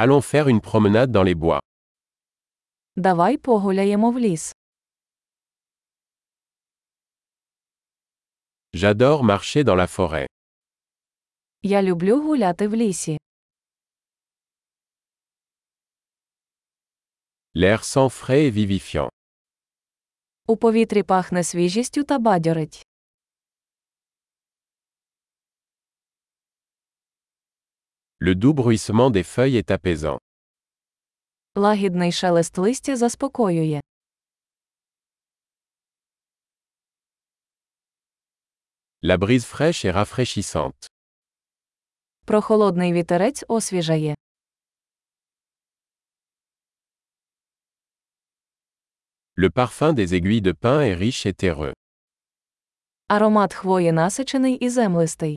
Allons faire une promenade dans les bois. Давай погуляємо в ліс. J'adore marcher dans la forêt. Я люблю гуляти в лісі. L'air sent frais et vivifiant. У повітрі пахне свіжістю та бадьорить. Le doux bruissement des feuilles est apaisant. Лагідний шелест листя заспокоює. La brise fraîche est rafraîchissante. Прохолодний вітерець освіжає. Le parfum des aiguilles de pin est riche et terreux. Аромат хвої насичений і землистий.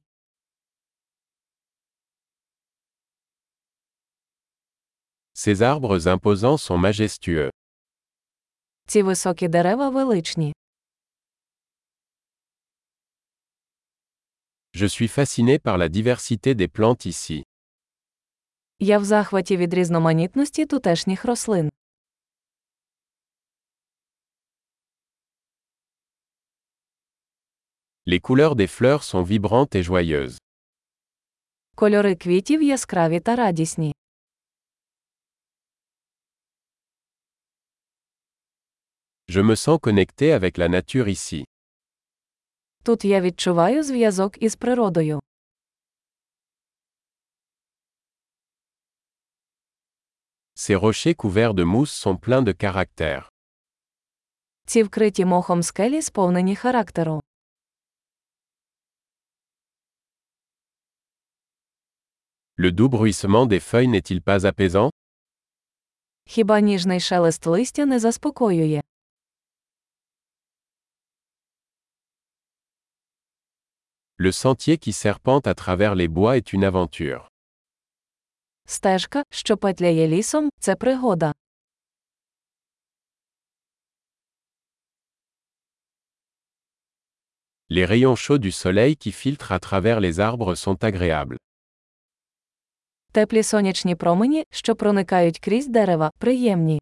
Ces arbres imposants sont majestueux. Ці високі дерева величні. Je suis fasciné par la diversité des plantes ici. Я в захваті від різноманітності тутешніх рослин. Les couleurs des fleurs sont vibrantes et joyeuses. Кольори квітів яскраві та радісні. Je me sens connecté avec la nature ici. Тут я відчуваю зв'язок із природою. Ces rochers couverts de mousse sont pleins de caractère. Ці вкриті мохом скелі сповнені характеру. Le doux bruissement des feuilles n'est-il pas apaisant Хіба ніжний шелест листя не заспокоює? Le sentier qui serpente à travers les bois est une aventure. Стежка, що петляє лісом, це пригода. Les rayons chauds du soleil qui filtrent à travers les arbres sont agréables. Теплі сонячні промені, що проникають крізь дерева, приємні.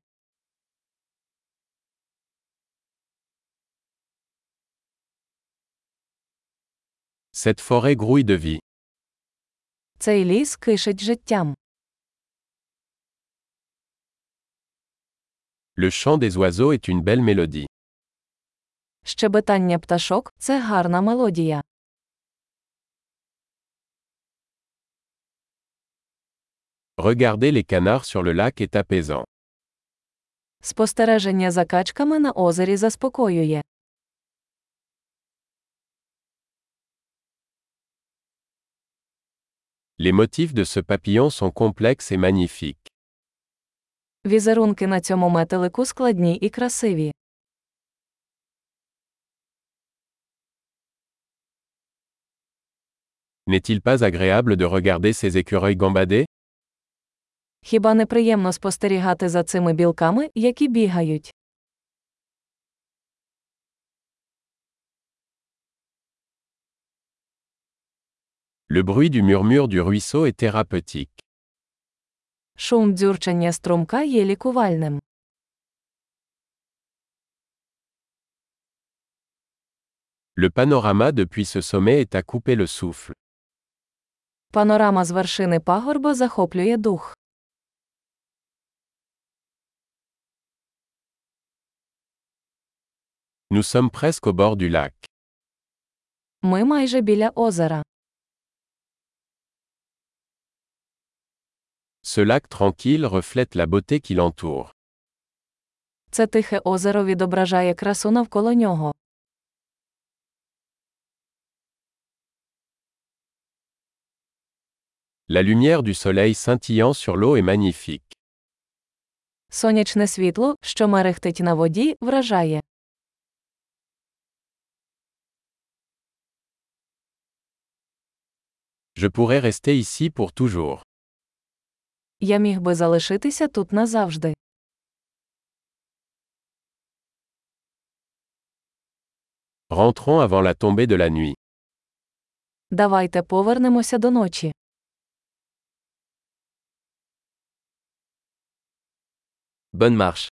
Cette forêt grouille de vie. Цей ліс кишить життям. Le chant des oiseaux est une belle mélodie. Щебетання пташок це гарна мелодія. Regarder les canards sur le lac est apaisant. Спостереження за качками на озері заспокоює. Les motifs de ce papillon sont complexes et magnifiques. Візерунки на цьому метелику складні і красиві. N'est-il pas agréable de regarder ces écureuils gambader Хіба неприємно спостерігати за цими білками, які бігають? Le bruit du murmure du ruisseau est thérapeutique. Шум дзюрчання струмка є лікувальним. Le panorama depuis ce sommet est à couper le souffle. Панорама з вершини пагорба захоплює дух. Nous sommes presque au bord du lac. Ми майже біля озера. Ce lac tranquille reflète la beauté qui l'entoure. Це тихе озеро відображає красу навколо нього. La lumière du soleil scintillant sur l'eau est magnifique. Сонячне світло, що мерехтить на воді, вражає. Je pourrais rester ici pour toujours. Я міг би залишитися тут назавжди. Rentrons avant la tombée de la nuit. Давайте повернемося до ночі. Bonne marche.